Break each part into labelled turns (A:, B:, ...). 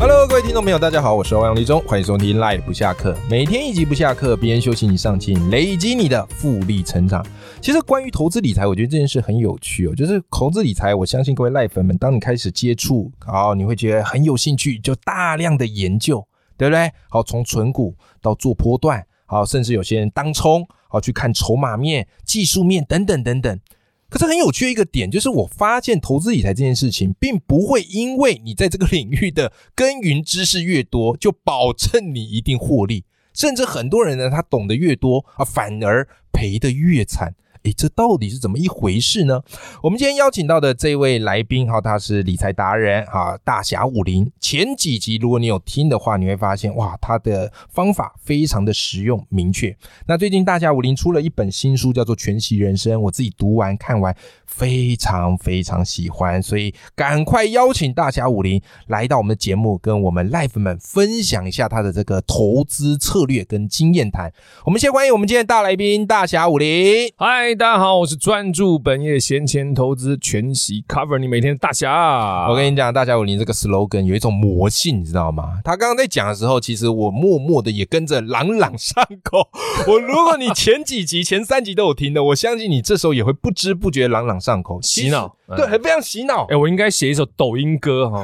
A: Hello，各位听众朋友，大家好，我是欧阳立中，欢迎收听 Live 不下课，每天一集不下课，边休息你上进，累积你的复利成长。其实关于投资理财，我觉得这件事很有趣哦，就是投资理财，我相信各位赖粉们，当你开始接触，好，你会觉得很有兴趣，就大量的研究，对不对？好，从存股到做波段，好，甚至有些人当冲，好去看筹码面、技术面等等等等。可是很有趣的一个点，就是我发现投资理财这件事情，并不会因为你在这个领域的耕耘知识越多，就保证你一定获利。甚至很多人呢，他懂得越多啊，反而赔得越惨。诶，这到底是怎么一回事呢？我们今天邀请到的这位来宾哈，他是理财达人哈，大侠武林。前几集如果你有听的话，你会发现哇，他的方法非常的实用明确。那最近大侠武林出了一本新书，叫做《全息人生》，我自己读完看完，非常非常喜欢，所以赶快邀请大侠武林来到我们的节目，跟我们 Life 们分享一下他的这个投资策略跟经验谈。我们先欢迎我们今天的大来宾大侠武林。
B: 嗨，大家好，我是专注本业闲钱投资全息 cover 你每天的大侠。
A: 我跟你讲，大侠武林这个 slogan 有一种魔性，你知道吗？他刚刚在讲的时候，其实我默默的也跟着朗朗上口。我如果你前几集、前三集都有听的，我相信你这时候也会不知不觉朗朗上口，
B: 洗脑
A: 其实对，很非常洗脑
B: 哎、。我应该写一首抖音歌 哈。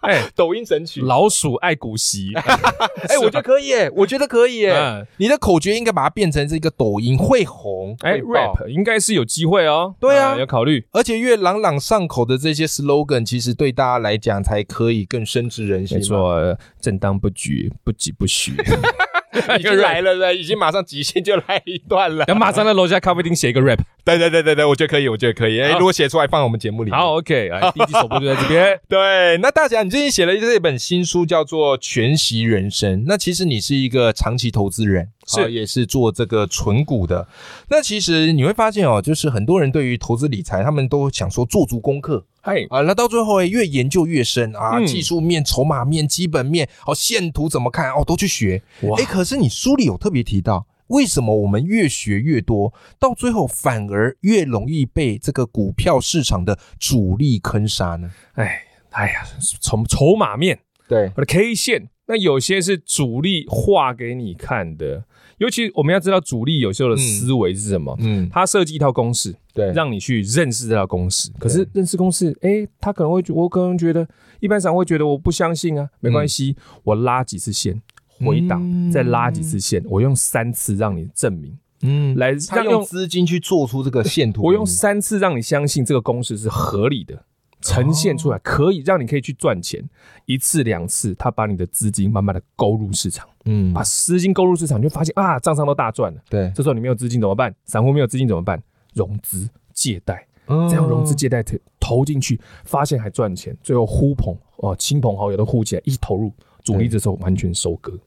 B: 哎、
A: 抖音神曲，
B: 老鼠爱古席。
A: 哎，我觉得可以耶，我觉得可以耶。
B: 嗯，
A: 你的口诀应该把它变成这个抖音会红，
B: 哎、
A: 会
B: r
A: 爆
B: a p 应该是有机会哦。
A: 对啊
B: 要考虑。
A: 而且越朗朗上口的这些 slogan，其实对大家来讲才可以更深植人心
B: 没
A: 嘛。
B: 错，呃正当不举，不急 不徐。
A: 已经来了了，已经马上极限就来一段了。
B: 然后马上在楼下咖啡厅写一个 rap。
A: 对对对对对，我觉得可以，我觉得可以。哎，
B: 好
A: 如果写出来放我们节目里，。
B: 好。，OK，来，第一集首播就在这边
A: 对，那大侠，你最近写了这本新书，叫做《全息人生》。那其实你是一个长期投资人，
B: 是
A: 啊也是做这个纯股的。那其实你会发现哦，就是很多人对于投资理财，他们都想说做足功课，
B: 嗨，
A: 啊，那到最后诶越研究越深啊，
B: 嗯
A: 技术面、筹码面、基本面，哦，线图怎么看，哦，都去学。
B: 哇
A: 哎，可是你书里有特别提到，为什么我们越学越多，到最后反而越容易被这个股票市场的主力坑杀呢？
B: 哎，哎呀，筹筹码面。
A: 对，
B: 我的 K 线，那有些是主力画给你看的，尤其我们要知道主力有时候的思维是什么。
A: 嗯，
B: 他设计一套公式，
A: 对
B: 让你去认识这套公式。可是认识公式，诶，他可能会觉，我可能觉得，一般散户会觉得我不相信啊，没关系，我拉几次线，回档，
A: 嗯
B: 再拉几次线，我用三次让你证明，
A: 嗯，
B: 来
A: 他
B: 让
A: 用
B: 用
A: 资金去做出这个线图，
B: 我用三次让你相信这个公式是合理的，呈现出
A: 哦
B: 来可以让你可以去赚钱，一次两次，他把你的资金慢慢的勾入市场。
A: 嗯
B: 把，资金勾入市场，你就发现啊，账上都大赚了。
A: 对，
B: 这时候你没有资金怎么办？散户没有资金怎么办？融资、借贷，
A: 这
B: 这样
A: 哦
B: 融资
A: 嗯
B: 借贷投投进去，发现还赚钱，最后呼朋哦，亲朋好友都呼起来一起投入，主力这时候完全收割。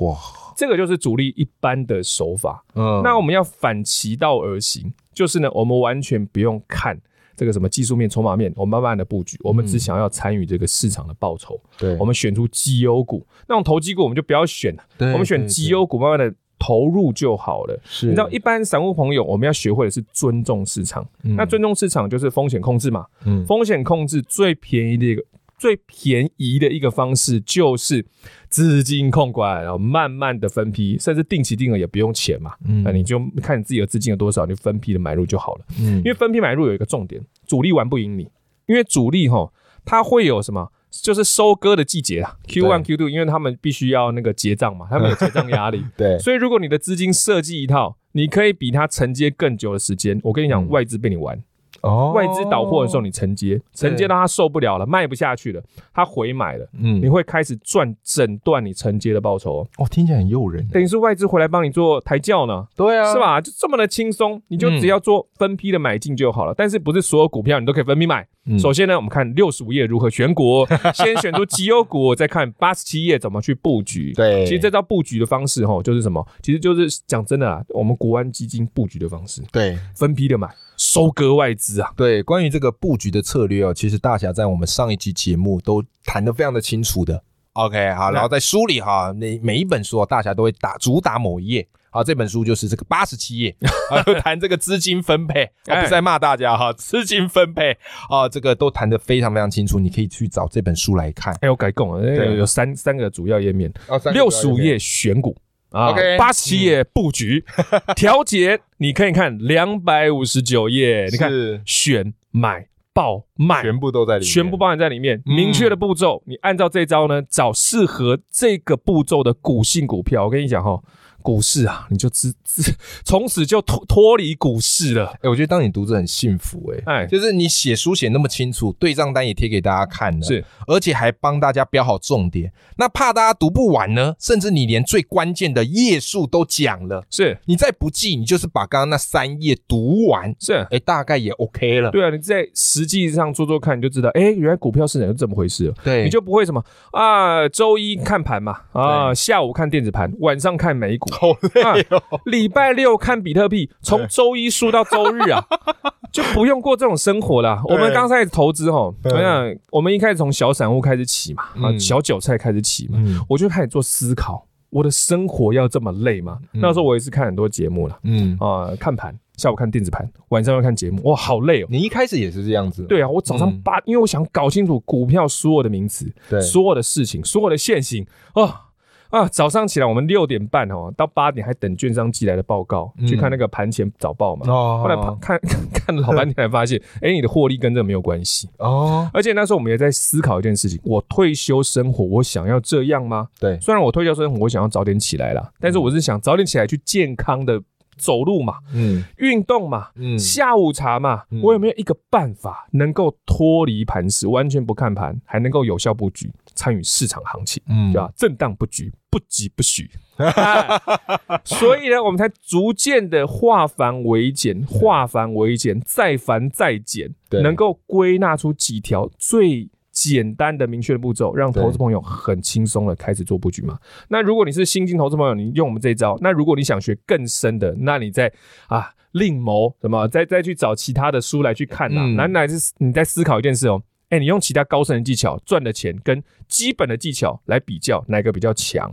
A: 哇，
B: 这个就是主力一般的手法。
A: 嗯
B: 那我们要反其道而行，就是呢，我们完全不用看这个什么技术面、筹码面，我们慢慢的布局，我们只想要参与这个市场的报酬。
A: 对，
B: 我们选出绩优股，那种投机股我们就不要选了，
A: 对
B: 我们选
A: 对
B: 绩
A: 对
B: 优股，慢慢的投入就好了。
A: 是，
B: 你知道，一般散户朋友，我们要学会的是尊重市场。
A: 嗯
B: 那尊重市场就是风险控制嘛，
A: 嗯
B: 风险控制最便宜的一个。最便宜的一个方式就是资金控管，然后慢慢的分批，甚至定期定额也不用钱嘛，
A: 嗯
B: 那你就看你自己的资金有多少，你就分批的买入就好了。
A: 嗯
B: 因为分批买入有一个重点，主力玩不赢你，因为主力吼，它会有什么？就是收割的季节啊，Q one、Q two，因为他们必须要那个结账嘛，他们有结账压力，
A: 对，
B: 所以如果你的资金设计一套，你可以比它承接更久的时间。我跟你讲，
A: 嗯
B: 外资被你玩，
A: 哦
B: 外资倒货的时候，你承接，承接到它受不了了，卖不下去了，它回买了，
A: 嗯
B: 你会开始赚整段你承接的报酬哦，
A: 哦，听起来很诱人。
B: 等于是外资回来帮你做抬轿呢。
A: 对啊，
B: 是？吧？就这么的轻松，你就只要做分批的买进就 好了。但是不是所有股票你都可以分批买？
A: 嗯
B: 首先呢，我们看六十五页如何选 股，哦先选出绩优股，再看八十七页怎么去布局。
A: 对
B: 其实这招布局的方式哈，就是什么？其实就是讲真的啊，我们国安基金布局的方式，
A: 对
B: 分批的买，收割外资啊。
A: 对，关于这个布局的策略哦，其实大侠在我们上一期节目都谈得非常的清楚的。OK，好，
B: 那
A: 然后在书里哈，每每一本书哦，大侠都会打主打某一页。好，这本书就是这个八十七 页，啊，就谈这个资金分配，我不
B: 哎
A: 是在骂大家哈，资金分配啊，这个都谈得非常非常清楚，你可以去找这本书来看。
B: 哎，我改供了，那个有
A: 对
B: 有三三个主要页面，
A: 哦三个
B: 六十五页选股啊
A: OK，，嗯
B: 八十七页布局调节，你可以看两百五十九页，你看
A: 是
B: 选买爆卖。
A: 全部都在里面，
B: 全部包含在里面，
A: 嗯
B: 明确的步骤，你按照这招呢，找适合这个步骤的股性股票。我跟你讲哈、股市啊，你就自自从此就脱脱离股市了。
A: 哎、我觉得当你读者很幸福、哎，
B: 哎，
A: 就是你写书写那么清楚，对账单也贴给大家看了，
B: 是，
A: 而且还帮大家标好重点。那怕大家读不完呢，甚至你连最关键的页数都讲了，
B: 是
A: 你再不记，你就是把刚刚那三页读完，
B: 是，
A: 哎、大概也 OK 了。
B: 对啊，你在实际上做做看，你就知道，哎，原来股票市场是这么回事了。
A: 对
B: 你就不会什么啊，周一看盘嘛，啊，
A: 对
B: 下午看电子盘，晚上看 美股，
A: 好累哦，
B: 礼拜六看比特币，从周一输到周 日啊，就不用过这种生活啦。
A: 对
B: 我们刚开始投资吼，我
A: 嗯
B: 想我们一开始从小散户开始起嘛，啊，
A: 嗯
B: 小韭菜开始起嘛，
A: 嗯
B: 我就开始做思考，我的生活要这么累吗？那时候我也是看很多节目啦，
A: 嗯，
B: 啊，看盘，下午看电子盘，晚上要看节目，哇，好累哦。
A: 你一开始也是这样子，
B: 对啊，我早上
A: 嗯
B: 八，因为我想搞清楚股票所有的名词，
A: 对
B: 所有的事情，所有的现行哦啊！早上起来我们六点半哦，到八点还等券商寄来的报告，
A: 嗯
B: 去看那个盘前早报嘛。
A: 哦，
B: 后来盘 看看了老半天，才 发现，哎、你的获利跟这没有关系。
A: 哦，
B: 而且那时候我们也在思考一件事情：我退休生活，我想要这样吗？
A: 对
B: 虽然我退休生活，我想要早点起来啦，但是我是想早点起来去健康的走路嘛，
A: 嗯
B: 运动嘛，
A: 嗯
B: 下午茶嘛，
A: 嗯
B: 我有没有一个办法能够脱离盘势，完全不看盘，还能够有效布局，参与市场行情，
A: 嗯
B: 对吧？震荡布局，不急 不徐。哎所以呢，我们才逐渐的化繁为简，化繁为简，再繁再简，
A: 对
B: 能够归纳出几条最。简单的、明确的步骤，让投资朋友很轻松的开始做布局嘛。那如果你是新进投资朋友，你用我们这一招；那如果你想学更深的，那你再啊另谋什么，再再去找其他的书来去看啦、
A: 嗯
B: 那那是你在思考一件事哦。哎，你用其他高深的技巧赚的钱跟基本的技巧来比较，哪个比较强？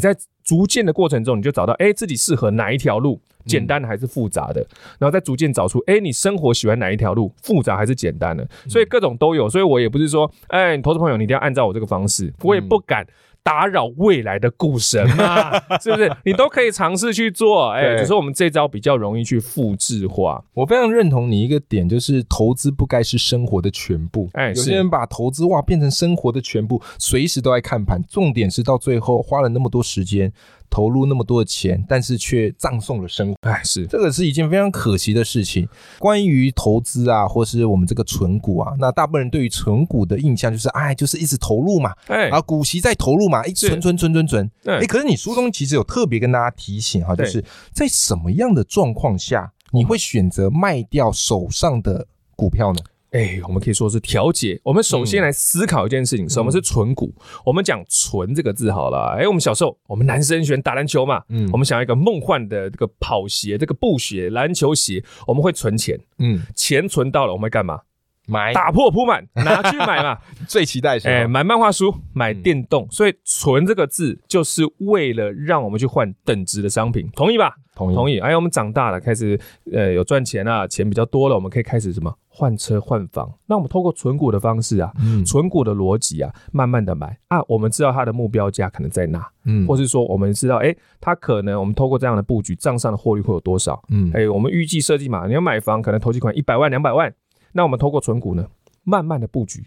A: 对，
B: 在逐渐的过程中，你就找到哎、诶自己适合哪一条路，简单的还是复杂的，然后再逐渐找出哎、诶你生活喜欢哪一条路，复杂还是简单的，所以各种都有。所以我也不是说哎、你投资朋友你一定要按照我这个方式，我也不敢。打扰未来的股神嘛，是不是？你都可以尝试去做，哎、
A: 对
B: 只是我们这招比较容易去复制化。
A: 我非常认同你一个点，就是投资不该是生活的全部。
B: 哎
A: 有
B: 是
A: 些人把投资哇变成生活的全部，随时都在看盘。重点是到最后花了那么多时间，投入那么多的钱，但是却葬送了生活，
B: 哎，是
A: 这个是一件非常可惜的事情。关于投资啊，或是我们这个存股啊，那大部分人对于存股的印象就是，哎，就是一直投入嘛，
B: 哎，
A: 啊，股息再投入嘛，一
B: 是
A: 存存存存存。
B: 对
A: 哎，可是你书中其实有特别跟大家提醒哈，就
B: 对
A: 是在什么样的状况下你会选择卖掉手上的股票呢？
B: 哎，我们可以说是调节。我们首先来思考一件事情，什么是存股？我们讲“存”这个字好了。哎，我们小时候，我们男生喜欢打篮球嘛，
A: 嗯
B: 我们想要一个梦幻的这个跑鞋、这个布鞋、篮球鞋，我们会存钱，
A: 嗯，
B: 钱存到了，我们会干嘛？
A: 买
B: 打破铺满，拿去买嘛。
A: 最期待什
B: 哎，
A: 么？
B: 买漫画书，买电动，所以“存”这个字就是为了让我们去换等值的商品，同意吧？
A: 同意
B: 同
A: 意。
B: 意。哎，我们长大了，开始呃有赚钱啊，钱比较多了，我们可以开始什么换车换房。那我们透过存股的方式啊，
A: 嗯
B: 存股的逻辑啊，慢慢的买啊，我们知道它的目标价可能在哪，
A: 嗯
B: 或是说我们知道，哎，它可能我们透过这样的布局，账上的获利会有多少？
A: 嗯
B: 哎，我们预计设计嘛，你要买房可能投期款一百万两百万，那我们透过存股呢，慢慢的布局，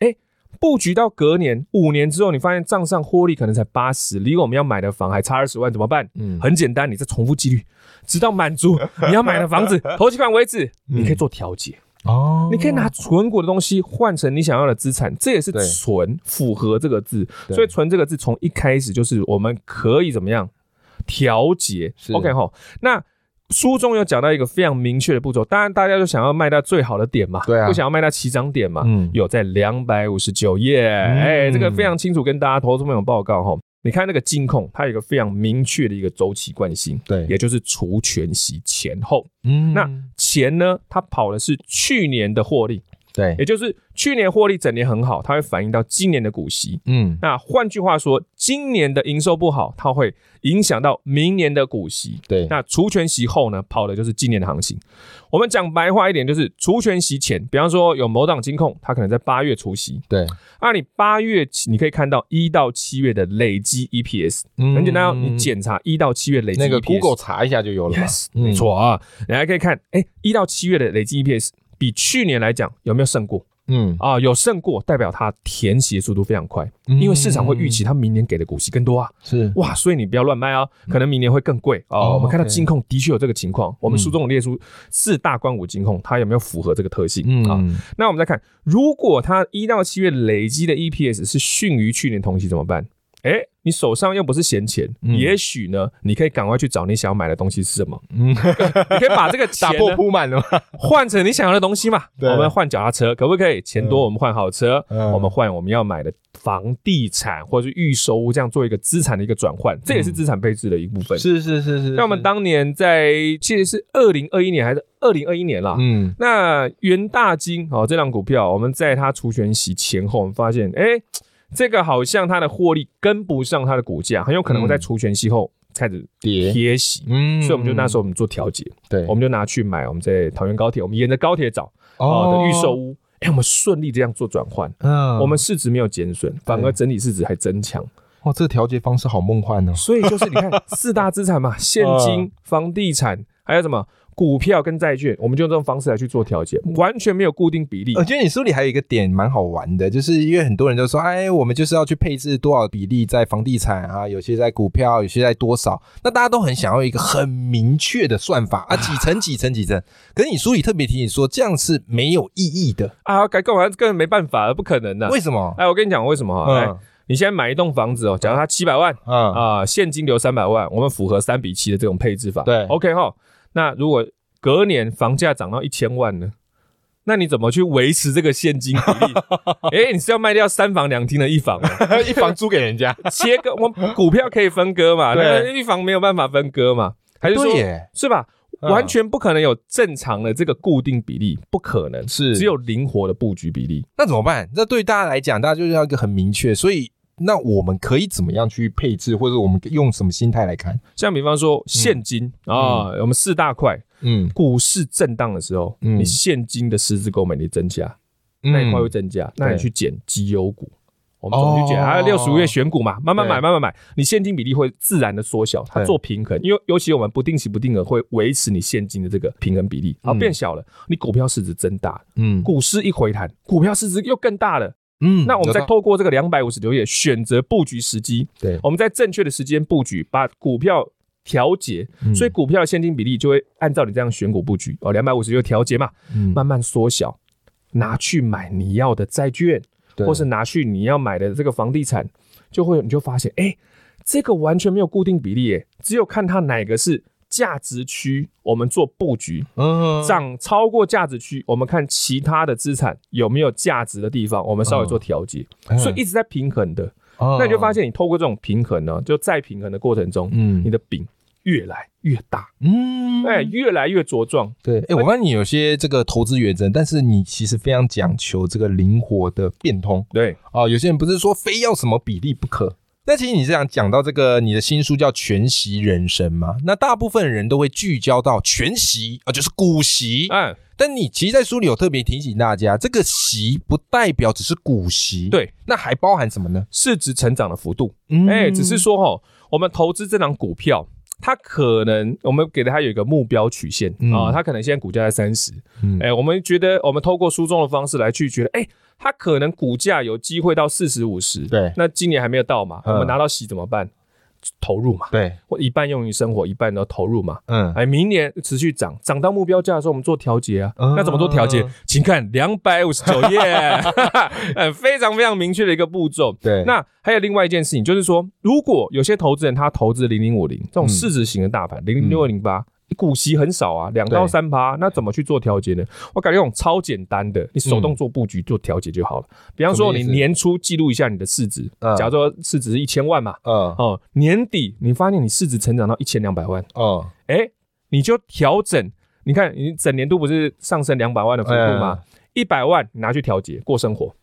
B: 哎。布局到隔年五年之后，你发现账上获利可能才八十，离我们要买的房还差二十万，怎么办？
A: 嗯
B: 很简单，你再重复纪律，直到满足你要买 的房子头期款为止，
A: 嗯
B: 你可以做调节，
A: 哦
B: 你可以拿存股的东西换成你想要的资产，这也是
A: 对
B: 存，符合这个字。
A: 对
B: 所以“存”这个字从一开始就是我们可以怎么样调节
A: 是
B: ？OK 哈，那。书中有讲到一个非常明确的步骤，当然大家都想要卖到最好的点嘛，
A: 对啊
B: 不想要卖到起涨点嘛，
A: 嗯
B: 有在两百五十九页，哎、这个非常清楚跟大家投资朋友报告哈。你看那个金控，它有一个非常明确的一个周期惯性，
A: 对
B: 也就是除权息前后。
A: 嗯
B: 那钱呢，它跑的是去年的获利，
A: 对
B: 也，就是去年获利整年很好，它会反映到今年的股息。
A: 嗯，
B: 那换句话说，今年的营收不好，它会影响到明年的股息。
A: 对，
B: 那除权息后呢，跑的就是今年的行情。我们讲白话一点，就是除权息前，比方说有某档金控，它可能在八月除息，
A: 对，
B: 那你八月起你可以看到一到七月的累积 EPS，
A: 嗯
B: 很简单哦，你检查一到七月累积 EPS，
A: 那个 Google 查一下就有了嘛
B: yes，
A: 嗯
B: 没错啊，你还可以看，哎，一到七月的累积 EPS 比去年来讲有没有胜过
A: 嗯，
B: 啊？有胜过，代表它填息的速度非常快，
A: 嗯
B: 因为市场会预期它明年给的股息更多啊。
A: 是，
B: 哇，所以你不要乱卖啊，可能明年会更贵
A: 哦
B: 哦。我们看到
A: OK
B: 金控的确有这个情况，我们
A: 嗯
B: 书中有列出四大关谷金控，它有没有符合这个特性
A: 嗯
B: 啊？那我们再看，如果它一到七月累积的 EPS 是逊于去年同期怎么办？哎，你手上又不是闲钱，
A: 嗯
B: 也许呢，你可以赶快去找你想要买的东西是什么，
A: 嗯，
B: 你可以把这个钱
A: 打
B: 呢
A: 破铺满了嘛，
B: 换成你想要的东西嘛。
A: 对
B: 我们换脚踏车可不可以？钱多我们换好车，
A: 嗯
B: 我们换我们要买的房地产或者是预售屋，这样做一个资产的一个转换，这也是资产配置的一部分。
A: 嗯是是是是，
B: 那我们
A: 是，
B: 当年在记得是二零二一年还是二零二一年啦，
A: 嗯，
B: 那元大金哦，这档股票，我们在它除权息前后，我们发现，哎，这个好像它的获利跟不上它的股价，很有可
A: 嗯
B: 能会在除权息后开始
A: 叠，
B: 贴息。
A: 嗯，
B: 所以我们就那时候我们做调节，
A: 对，哦
B: 我们就拿去买我们在桃园高铁，我们沿着高铁找啊的预售，屋，哎，我们顺利这样做转换，
A: 嗯，哦
B: 我们市值没有减损，反而整体市值还增强。
A: 哇，这个调节方式好梦幻哦，
B: 所以就是 你看四大资产嘛，现
A: 嗯
B: 金、房地产，还有什么股票跟债券，我们就用这种方式来去做调节，
A: 嗯
B: 完全没有固定比例
A: 我。觉得你书里还有一个点蛮好玩的，就是因为很多人都说，哎，我们就是要去配置多少比例在房地产啊，有些在股票，有些在多少，那大家都很想要一个很明确的算法啊，几层几层几层。可是你书里特别提醒说，这样是没有意义的，
B: 啊，改购完根本没办法，不可能的、
A: 为什么？
B: 哎，我跟你讲为什么啊？来，
A: 嗯
B: 你现在买一栋房子哦，假如它七百万
A: 嗯，
B: 啊、现金流三百万，我们符合三比七的这种配置法，
A: 对
B: ，OK 哈。那如果隔年房价涨到一千万呢？那你怎么去维持这个现金比例？ 哎、你是要卖掉三房两厅的一房吗？
A: 啊一房租给人 家，
B: 切割，我们股票可以分割嘛，
A: 对
B: 那个预防没有办法分割嘛，还是说
A: 对耶
B: 是吧？
A: 嗯
B: 完全不可能有正常的这个固定比例，不可能，
A: 是
B: 只有灵活的布局比例。
A: 那怎么办？那对大家来讲，大家就是要一个很明确，所以。那我们可以怎么样去配置，或者我们用什么心态来看？
B: 像比方说现金啊，我们四大块，
A: 嗯，
B: 股市震荡的时候，
A: 嗯
B: 你现金的实质购买力增加，
A: 那
B: 那一块会增加，那你去捡绩优股。我们
A: 哦
B: 总去捡，还有六十五月选股嘛，慢慢买，
A: 对
B: 慢慢买，你现金比例会自然的缩小，它
A: 对
B: 做平衡，因为尤其我们不定期不定额会维持你现金的这个平衡比例，啊
A: 嗯
B: 变小了，你股票市值增大，
A: 嗯
B: 股市一回弹，股票市值又更大了，
A: 嗯
B: 那我们再
A: 有道
B: 透过这个两百五十六页选择布局时机，
A: 对
B: 我们在正确的时间布局，把股票调节，
A: 嗯
B: 所以股票的现金比例就会按照你这样选股布局哦，两百五十六调节嘛，
A: 嗯
B: 慢慢缩小，拿去买你要的债券，
A: 对
B: 或是拿去你要买的这个房地产，就会你就发现，哎、这个完全没有固定比例，耶，只有看它哪个是价值区，我们做布局，
A: 嗯
B: 涨超过价值区，我们看其他的资产有没有价值的地方，我们稍微做调节，
A: 嗯
B: 所以一直在平衡的。
A: 哦
B: 那你就发现，你透过这种平衡呢，就在平衡的过程中，
A: 嗯
B: 你的饼越来越大，
A: 嗯，
B: 哎，越来越茁壮。
A: 对，哎、我发现你有些这个投资原则，但是你其实非常讲求这个灵活的变通
B: 对，
A: 啊、有些人不是说非要什么比例不可。那其实你这样讲到这个，你的新书叫《全息人生》嘛，那大部分人都会聚焦到全息啊、就是股息。
B: 嗯，
A: 但你其实，在书里有特别提醒大家，这个息不代表只是股息，
B: 对，
A: 那还包含什么呢？
B: 市值成长的幅度，
A: 嗯
B: 哎，只是说哈，我们投资这档股票。它可能我们给了它有一个目标曲线啊、
A: 嗯
B: 它可能现在股价在三十、
A: 嗯
B: 哎，我们觉得我们透过书中的方式来去觉得，哎，它可能股价有机会到四十五十，
A: 对
B: 那今年还没有到嘛，
A: 嗯
B: 我们拿到息怎么办？投入嘛，
A: 对，
B: 或一半用于生活，一半都投入嘛，
A: 嗯，
B: 哎，明年持续涨，涨到目标价的时候，我们做调节啊。
A: 嗯
B: 那怎么做调节？请看两百五十九 页，呃，非常非常明确的一个步骤。
A: 对，
B: 那还有另外一件
A: 嗯
B: 事情，就是说，如果有些投资人他投资零零五零这种市值型的大盘，零零六零八。股息很少啊，两到三趴，那怎么去做调节呢？我感觉用超简单的，你手动做布局、做调节就好了。比方说，
A: 什么意
B: 你
A: 思
B: 年初记录一下你的市值，
A: 嗯
B: 假如说市值是一千万嘛，
A: 嗯
B: 哦，年底你发现你市值成长到一千两百万，
A: 嗯，
B: 哎，你就调整。你看，你整年度不是上升两百万的幅度
A: 哎
B: 吗？一百万你拿去调节过生活，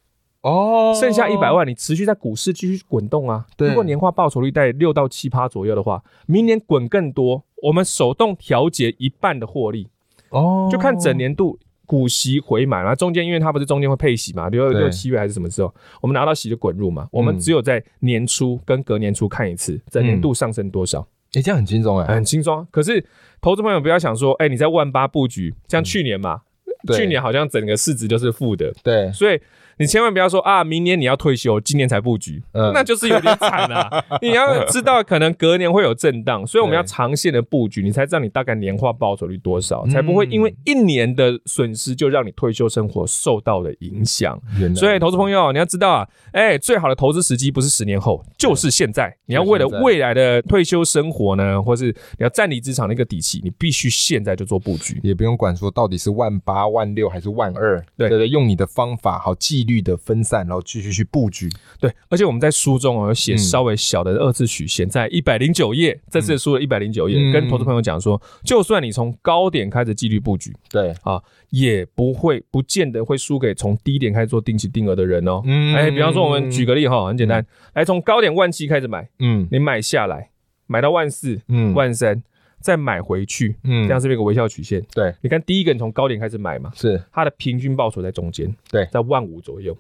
A: 哦，
B: 剩下一百，万你持续在股市继续滚动啊。
A: 对
B: 如果年化报酬率在六到七趴左右的话，明年滚更多，我们手动调节一半的获利，
A: 哦，
B: 就看整年度股息回满，然后中间因为它不是中间会配息嘛，六
A: 对嗯
B: 六七月还是什么时候，我们拿到息就滚入嘛。我们只有在年初跟隔年初看一次，整年度上升多少，
A: 诶，这样很轻松哎，
B: 很轻松啊。可是投资朋友不要想说，哎、你在万八布局，像去年嘛，
A: 嗯对
B: 去年好像整个市值就是负的，
A: 对，
B: 所以你千万不要说啊，明年你要退休，今年才布局，
A: 嗯
B: 那就是有点 惨啦、你要知道，可能隔年会有震荡，所以我们
A: 对
B: 要长线的布局，你才知道你大概年化报酬率多少，
A: 嗯
B: 才不会因为一年的损失就让你退休生活受到了影响。
A: 原来
B: 所以，投资朋友，你要知道啊，哎，最好的投资时机不是十年后，就是现在。你要为了
A: 就是现在
B: 未来的退休生活呢，或是你要站立职场的一个底气，你必须现在就做布局。
A: 也不用管说到底是万八、万六还是万二，
B: 对
A: 对，用你的方法好纪律的分散，然后继续去布局。
B: 对，而且我们在书中哦有写
A: 嗯
B: 稍微小的二次曲线，在一百零九页，这次的书的一百零九
A: 嗯
B: 页，跟投资朋友讲说，就算你从高点开始纪律布局
A: 对，
B: 啊，也不会不见得会输给从低点开始做定期定额的人哦。
A: 嗯
B: 哎，比方说我们举，个例哈，很简单，来从高点万七开始买，
A: 嗯
B: 你买下来，买到万四、
A: 嗯
B: 万三，再买回去，
A: 嗯
B: 这样是不是有个微笑曲线？
A: 对，
B: 你看第一个你从高点开始买嘛，
A: 是
B: 它的平均报酬在中间，
A: 对
B: 在万五左右。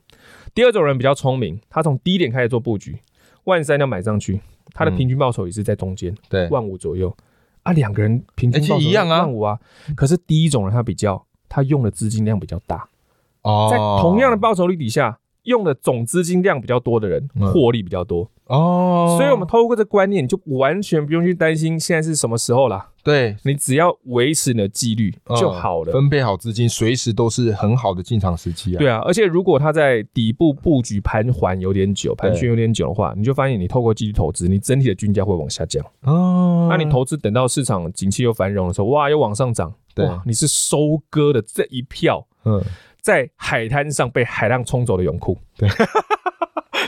B: 第二种人比较聪明，他从低点开始做布局，万三要买上去，他的平均报酬也是在中间，
A: 嗯对，
B: 万五左右。啊，两个人平均
A: 哎其实
B: 报酬
A: 一样啊
B: 万五啊。可是第一种人他比较，他用的资金量比较大，
A: 哦
B: 在同样的报酬率底下。用的总资金量比较多的人，
A: 嗯
B: 获利比较多，
A: 哦，
B: 所以我们透过这观念，你就完全不用去担心现在是什么时候啦。
A: 对
B: 你只要维持你的纪律就好
A: 嗯。
B: 了
A: 分配好资金，随时都是很好的进场时机啊。
B: 对啊，而且如果它在底部布局盘环有点久，盘旋有点久的话，你就发现你透过继续投资，你整体的均价会往下降。
A: 哦，
B: 那你投资等到市场景气又繁荣的时候，哇，又往上涨，
A: 对
B: 哇，你是收割的这一票
A: 嗯，
B: 在海滩上被海浪冲走的泳裤，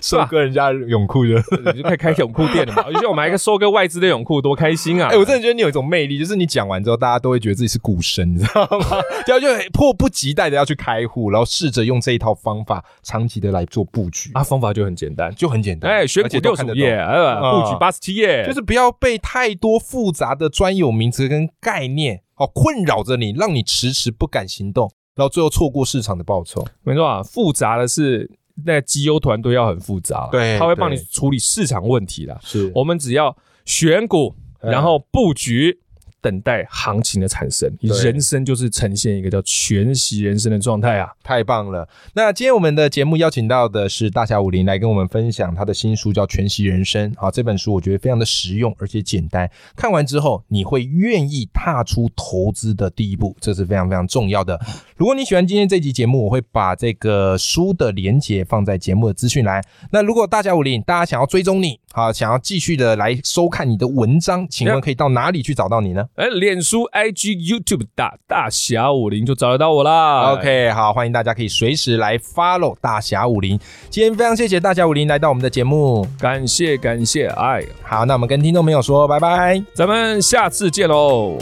A: 收割人家泳裤的。
B: 你就可以开泳裤店 了嘛。而且我买一个收割外资的泳裤，多开心啊！
A: 哎、我真的觉得你有一种魅力，就是你讲完之后，大家都会觉得自己是股神，你 知道吗？然后就很迫不及待的要去开户，然后试着用这一套方法长期的来做布局，
B: 啊，方法就很简单，
A: 就很简单。
B: 哎，选股
A: 而且都
B: 六十
A: 看得
B: 五
A: 懂
B: 页，呃，
A: 嗯
B: 布局八十七页，
A: 就是不要被太多复杂的专有名词跟概念哦困扰着你，让你迟迟不敢行动，然后最后错过市场的报酬。
B: 没错啊，复杂的是那绩优团队要很复杂啦，
A: 对
B: 他会帮你
A: 对
B: 处理市场问题啦。
A: 是
B: 我们只要选股，
A: 嗯
B: 然后布局。等待行情的产生，你
A: 对
B: 人生就是呈现一个叫全息人生的状态啊！
A: 太棒了！那今天我们的节目邀请到的是大侠武林来跟我们分享他的新书，叫《全息人生》。好，这本书我觉得非常的实用，而且简单。看完之后，你会愿意踏出投资的第一步，这是非常非常重要的。如果你喜欢今天这集节目，我会把这个书的连接放在节目的资讯栏。那如果大侠武林大家想要追踪你，好，想要继续的来收看你的文章，请问可以到哪里去找到你呢？
B: 哎，脸书、IG、YouTube 大大侠武林就找得到我啦。
A: OK，好，欢迎大家可以随时来 follow 大侠武林。今天非常谢谢大侠武林来到我们的节目。
B: 感谢感谢，哎，
A: 好，那我们跟听众朋友说拜拜。
B: 咱们下次见喽。